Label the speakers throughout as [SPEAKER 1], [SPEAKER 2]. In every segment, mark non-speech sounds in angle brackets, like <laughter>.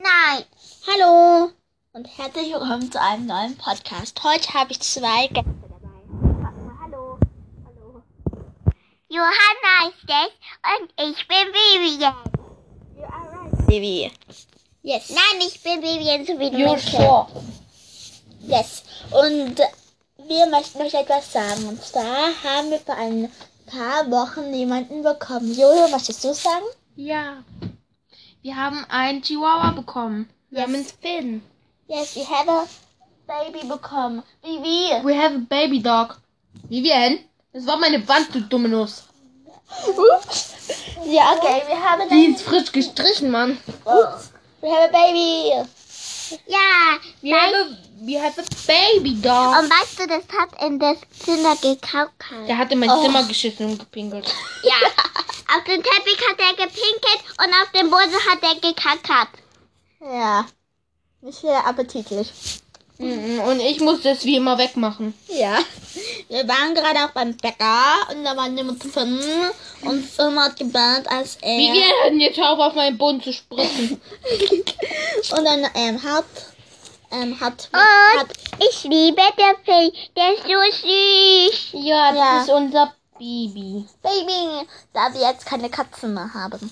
[SPEAKER 1] Hi. Hallo und herzlich willkommen zu einem neuen Podcast. Heute habe ich zwei Gäste dabei. Sag mal Hallo. Hallo.
[SPEAKER 2] Johanna ist es und ich bin Vivian.
[SPEAKER 1] You are right. Vivi. Yes.
[SPEAKER 2] Nein, ich bin Vivian, so wie du
[SPEAKER 1] you
[SPEAKER 2] mich
[SPEAKER 1] sure. Yes. Und wir möchten euch etwas sagen. Und zwar haben wir vor ein paar Wochen jemanden bekommen. Jojo, möchtest du sagen?
[SPEAKER 3] Ja. Wir haben einen Chihuahua bekommen.
[SPEAKER 1] Yes.
[SPEAKER 3] Namens Finn.
[SPEAKER 1] Yes, we have a baby bekommen. Vivi.
[SPEAKER 3] We have a baby dog. Vivian, das war meine Wand, du dumme Nuss.
[SPEAKER 1] Ups. Ja, okay, wir haben
[SPEAKER 3] Die ist frisch gestrichen, Mann.
[SPEAKER 1] We have a baby.
[SPEAKER 2] Ja,
[SPEAKER 3] We have a, we have a baby dog.
[SPEAKER 2] und weißt du, das hat in das Zimmer gekauft.
[SPEAKER 3] Der hat in mein
[SPEAKER 1] Oh.
[SPEAKER 3] Zimmer geschissen und gepinkelt.
[SPEAKER 1] <laughs>
[SPEAKER 2] Ja. auf den Teppich hat er gepinkelt und auf den Boden hat er gekackt.
[SPEAKER 1] Ja. Nicht sehr appetitlich.
[SPEAKER 3] Mhm, Und ich muss das wie immer wegmachen.
[SPEAKER 1] Ja. Wir waren gerade auch beim Bäcker und da war niemand zu finden. Und Film hat gebannt, als er.
[SPEAKER 3] Vivian hat jetzt auf, auf meinen Boden zu spritzen.
[SPEAKER 1] <laughs> Und dann ähm, hat. Ähm, hat.
[SPEAKER 2] Und
[SPEAKER 1] hat
[SPEAKER 2] ich liebe den Film, der ist so süß.
[SPEAKER 3] Ja, das
[SPEAKER 1] Ja.
[SPEAKER 3] ist unser Baby.
[SPEAKER 1] Baby, da wir jetzt keine Katzen mehr haben.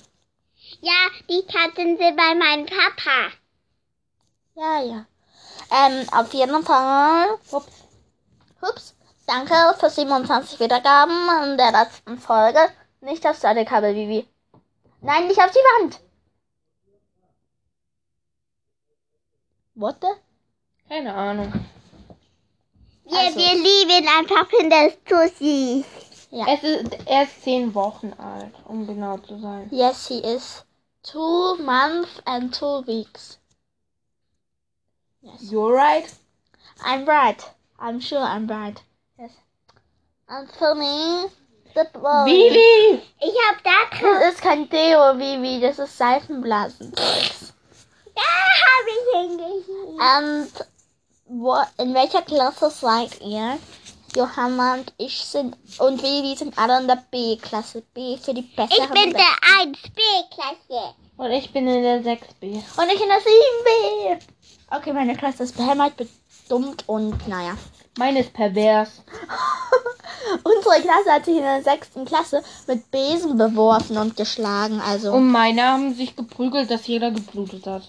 [SPEAKER 2] Ja, die Katzen sind bei meinem Papa.
[SPEAKER 1] Ja, ja. Ähm, auf jeden Fall. Ups. Ups. Danke für 27 Wiedergaben in der letzten Folge. Nicht aufs Ladekabel, Vivi. Nein, nicht auf die Wand. What the?
[SPEAKER 3] Keine Ahnung.
[SPEAKER 2] Wir,
[SPEAKER 1] Also-
[SPEAKER 2] wir lieben einfach Film, der ist so süß.
[SPEAKER 3] Es ist, er ist zehn Wochen alt, um genau zu sein.
[SPEAKER 1] Yes, he is. Two months and two weeks.
[SPEAKER 3] You're right.
[SPEAKER 1] I'm right. I'm sure I'm right. Yes. And for me, the boy.
[SPEAKER 3] Vivi!
[SPEAKER 2] Ich hab da drauf.
[SPEAKER 1] Das ist kein Deo, Vivi. Das ist Seifenblasen.
[SPEAKER 2] Da hab ich hingeschrieben.
[SPEAKER 1] Und wo, in welcher Klasse seid ihr? Johanna und ich sind und Vivi sind alle in der B-Klasse. B für die bessere.
[SPEAKER 2] Ich bin der 1B-Klasse.
[SPEAKER 3] Und ich bin in der 6B.
[SPEAKER 1] und ich in der 7B. Okay, meine Klasse ist behämmert, bedummt und naja.
[SPEAKER 3] Meine ist pervers.
[SPEAKER 1] <laughs> Unsere Klasse hat sich in der sechsten Klasse mit Besen beworfen und geschlagen. Also,
[SPEAKER 3] Und meine haben sich geprügelt, dass jeder geblutet hat.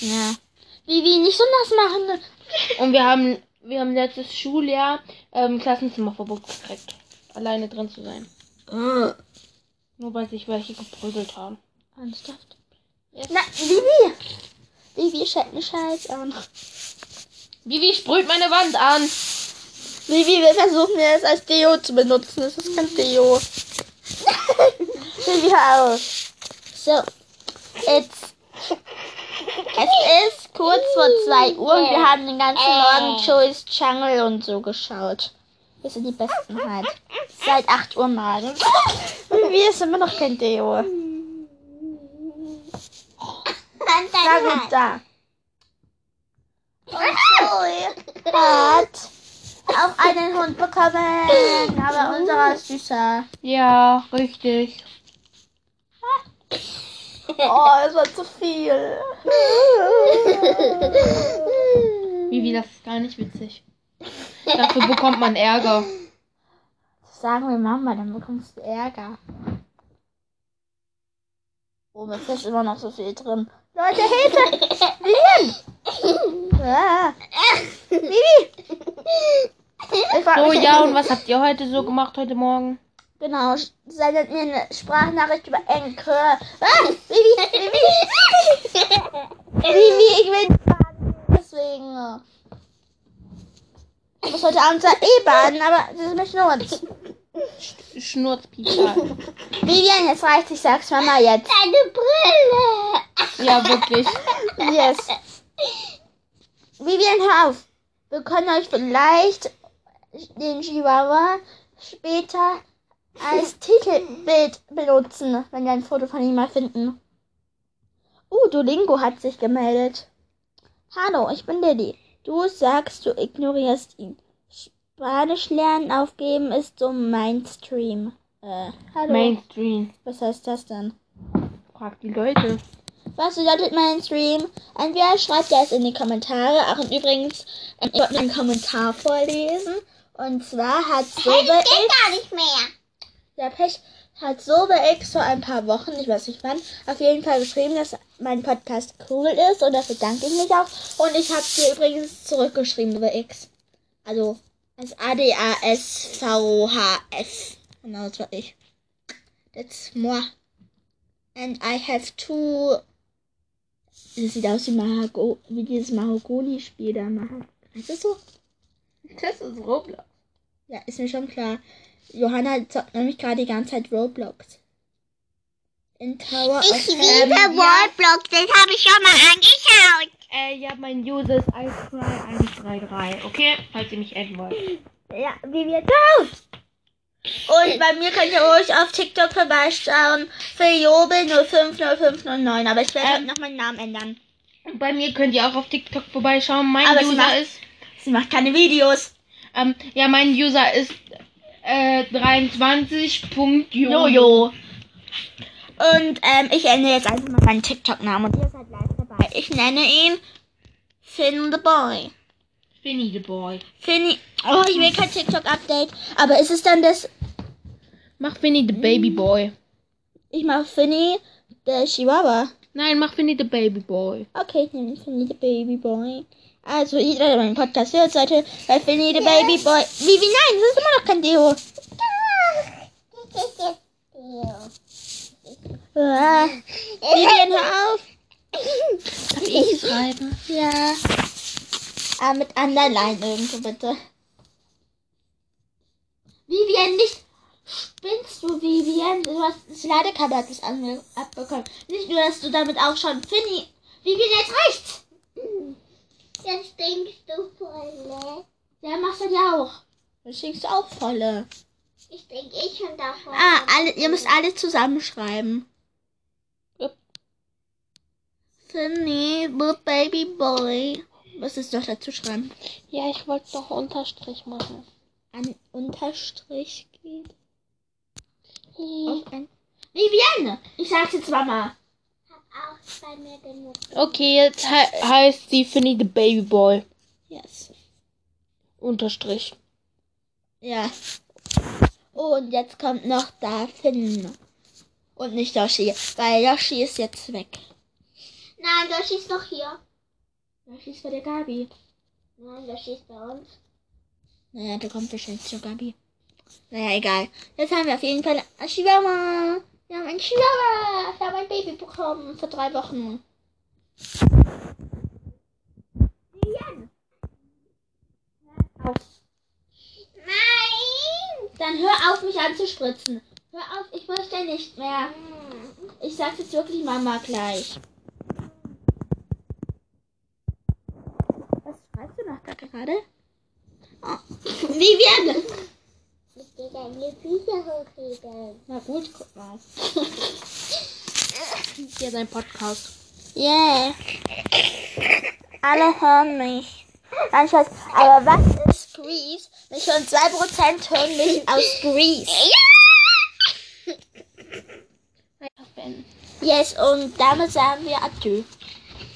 [SPEAKER 1] ja. Vivi, nicht so nass machen.
[SPEAKER 3] Und wir haben, wir haben letztes Schuljahr ähm, Klassenzimmerverbot gekriegt. Alleine drin zu sein.
[SPEAKER 1] ne?
[SPEAKER 3] Nur weil sich welche geprügelt haben.
[SPEAKER 1] Ernsthaft? Na, Vivi! Vivi, schalt einen Scheiß an.
[SPEAKER 3] Vivi sprüht meine Wand an.
[SPEAKER 1] Vivi, wir versuchen jetzt als Deo zu benutzen. Das ist kein Deo. <laughs> Vivi, hör auf. So, it's, es ist kurz vor 2 Uhr und wir haben den ganzen Morgen Joey's Jungle und so geschaut. Wir sind die Besten halt. Seit 8 Uhr morgens. Vivi ist immer noch kein Deo.
[SPEAKER 2] Und
[SPEAKER 1] Na
[SPEAKER 2] dann
[SPEAKER 1] gut, da.
[SPEAKER 2] halt.
[SPEAKER 1] Hat auch einen Hund bekommen. Aber unserer ist süßer.
[SPEAKER 3] Ja, richtig.
[SPEAKER 1] Oh, es war zu viel.
[SPEAKER 3] Vivi, das ist gar nicht <laughs> witzig. Dafür bekommt man Ärger.
[SPEAKER 1] Sagen wir Mama, dann bekommst du Ärger. Oh, mir ist immer noch so viel drin. Leute, Hilfe! Vivian! Ah. Vivi! Ich frag
[SPEAKER 3] So,
[SPEAKER 1] mich-
[SPEAKER 3] Oh ja, und was habt ihr heute so gemacht, heute Morgen?
[SPEAKER 1] Genau, sendet mir eine Sprachnachricht über Enkel. Ah, Vivi, Vivi! Vivi, ich will nicht baden. Deswegen. äh, Ich muss heute Abend zwar eh baden, aber das ist mir schnurz.
[SPEAKER 3] Schnurzpizza.
[SPEAKER 1] Vivian, jetzt reicht, ich sag's Mama jetzt.
[SPEAKER 2] <laughs> Deine Brille.
[SPEAKER 3] ja, wirklich.
[SPEAKER 1] Yes. Vivian, hör auf. Wir können euch vielleicht den Chihuahua später als Titelbild benutzen, wenn wir ein Foto von ihm mal finden. Uh, Duolingo hat sich gemeldet. Hallo, ich bin Lilly. Du sagst, du ignorierst ihn. Spanisch lernen aufgeben ist so Mainstream. Äh, hallo.
[SPEAKER 3] Mainstream.
[SPEAKER 1] Was heißt das denn?
[SPEAKER 3] Fragt die Leute.
[SPEAKER 1] Was bedeutet mein Stream? Entweder schreibt ihr es in die Kommentare. Ach, und übrigens, ähm, ich wollte einen Kommentar vorlesen. Und zwar hat
[SPEAKER 2] Hey,
[SPEAKER 1] Sobe
[SPEAKER 2] das geht gar nicht mehr.
[SPEAKER 1] Ja, Pech hat SoberX vor ein paar Wochen, ich weiß nicht wann, auf jeden Fall geschrieben, dass mein Podcast cool ist und dafür danke ich mich auch. Und ich habe dir übrigens zurückgeschrieben, SoberX. Also, als A-D-A-S-V-H-S. Genau, das war ich. That's moi. And I have two... Das sieht aus wie, Mahago wie dieses Mahagoni-Spiel da. Mahag heißt das so?
[SPEAKER 3] Das ist Roblox.
[SPEAKER 1] Ja, ist mir schon klar. Johanna zockt nämlich gerade die ganze Zeit Roblox. In Tower
[SPEAKER 2] Ich
[SPEAKER 1] of
[SPEAKER 2] liebe
[SPEAKER 1] Heaven.
[SPEAKER 2] Wallblocks, das habe ich schon mal angeschaut.
[SPEAKER 3] Äh, ja, mein User ist iCry133. Okay, falls ihr mich enden wollt.
[SPEAKER 1] Ja, wie wir tot. Und bei mir könnt ihr ruhig auf TikTok vorbeischauen für Jobel 050509. Aber ich werde
[SPEAKER 3] Ähm.
[SPEAKER 1] heute noch meinen Namen ändern.
[SPEAKER 3] Und bei mir könnt ihr auch auf TikTok vorbeischauen. Mein
[SPEAKER 1] Aber sie macht-
[SPEAKER 3] User ist.
[SPEAKER 1] Sie macht keine Videos.
[SPEAKER 3] Ähm, ja, mein User ist äh, 23.jojo.
[SPEAKER 1] Und ähm, ich ändere jetzt einfach mal meinen TikTok-Namen und ihr seid live dabei. Ich nenne ihn Finn the Boy.
[SPEAKER 3] Finny the Boy.
[SPEAKER 1] Finny. Oh, ich will kein TikTok-Update. Aber ist es dann das
[SPEAKER 3] Mach Finny the Baby Boy.
[SPEAKER 1] Ich mach Finny, der Chihuahua.
[SPEAKER 3] Nein, mach Finny the Baby Boy.
[SPEAKER 1] Okay, ich nehme Finny, der Baby Boy. Also, jeder, der meinen Podcast hört, sollte bei Finny, der Baby Boy. Vivi, nein, das ist immer noch kein Deo. Ah, Vivian, hör auf.
[SPEAKER 3] Darf ich schreiben?
[SPEAKER 1] Ja. Ah, mit Underline irgendwo, bitte. Vivian, nicht. Spinnst du, Vivian? Du hast das Ladekabel hat nicht ange- abbekommen. Nicht nur, dass du damit auch schon Finny. Vivian, jetzt rechts.
[SPEAKER 2] Jetzt denkst du voll, ne?
[SPEAKER 1] Ja, machst du ja auch. Dann schickst du auch volle.
[SPEAKER 2] Ich denke ich schon davon.
[SPEAKER 1] Ah, alle, ihr müsst alle zusammenschreiben.
[SPEAKER 3] Upp.
[SPEAKER 1] Finny, the baby boy. Was ist noch dazu schreiben?
[SPEAKER 3] Ja, ich wollte noch Unterstrich machen.
[SPEAKER 1] An Unterstrich geht. Auf ein Vivienne! Ich sag's jetzt Mama.
[SPEAKER 2] Auch bei mir genutzt.
[SPEAKER 3] Okay, jetzt he heißt sie Finny the Baby Boy.
[SPEAKER 1] Yes.
[SPEAKER 3] Unterstrich.
[SPEAKER 1] Ja. Und jetzt kommt noch da Finn. Und nicht Yoshi, weil Yoshi ist jetzt weg.
[SPEAKER 2] Nein, das ist noch hier.
[SPEAKER 1] Yoshi ist bei der Gabi.
[SPEAKER 2] Nein, das ist bei uns.
[SPEAKER 1] Naja, der kommt bestimmt zu Gabi. Naja, egal. Jetzt haben wir auf jeden Fall einen Chihuahua. Wir haben einen Chihuahua. Wir haben ein Baby bekommen vor drei Wochen.
[SPEAKER 2] Nein!
[SPEAKER 1] Dann hör auf, mich anzuspritzen. Hör auf, ich möchte nicht mehr. Ich sag's jetzt wirklich Mama gleich. Was schreibst du noch da gerade? Oh. Vivian!
[SPEAKER 2] Ich gehe deine Bücher hochheben.
[SPEAKER 1] Na gut, guck mal.
[SPEAKER 3] <laughs> Hier sein Podcast.
[SPEAKER 1] Yeah. Alle hören mich. Nein, ich weiß, aber was ist Grease? Mich hören 2% hören mich aus
[SPEAKER 3] <laughs>
[SPEAKER 1] Grease. Yes, und damit sagen wir Adieu.